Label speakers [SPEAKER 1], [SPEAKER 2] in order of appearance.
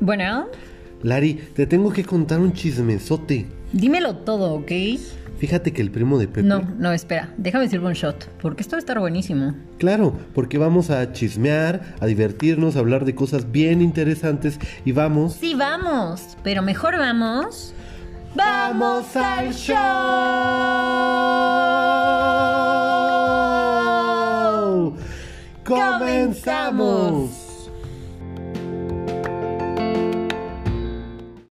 [SPEAKER 1] Bueno,
[SPEAKER 2] Lari, te tengo que contar un chismesote.
[SPEAKER 1] dímelo todo, ¿ok?
[SPEAKER 2] Fíjate que el primo de Pepe.
[SPEAKER 1] No, no, espera. Déjame sirvo un shot, porque esto va a estar buenísimo.
[SPEAKER 2] Claro, porque vamos a chismear, a divertirnos, a hablar de cosas bien interesantes y vamos.
[SPEAKER 1] Sí, vamos, pero mejor vamos.
[SPEAKER 2] show!
[SPEAKER 1] ¡Comenzamos!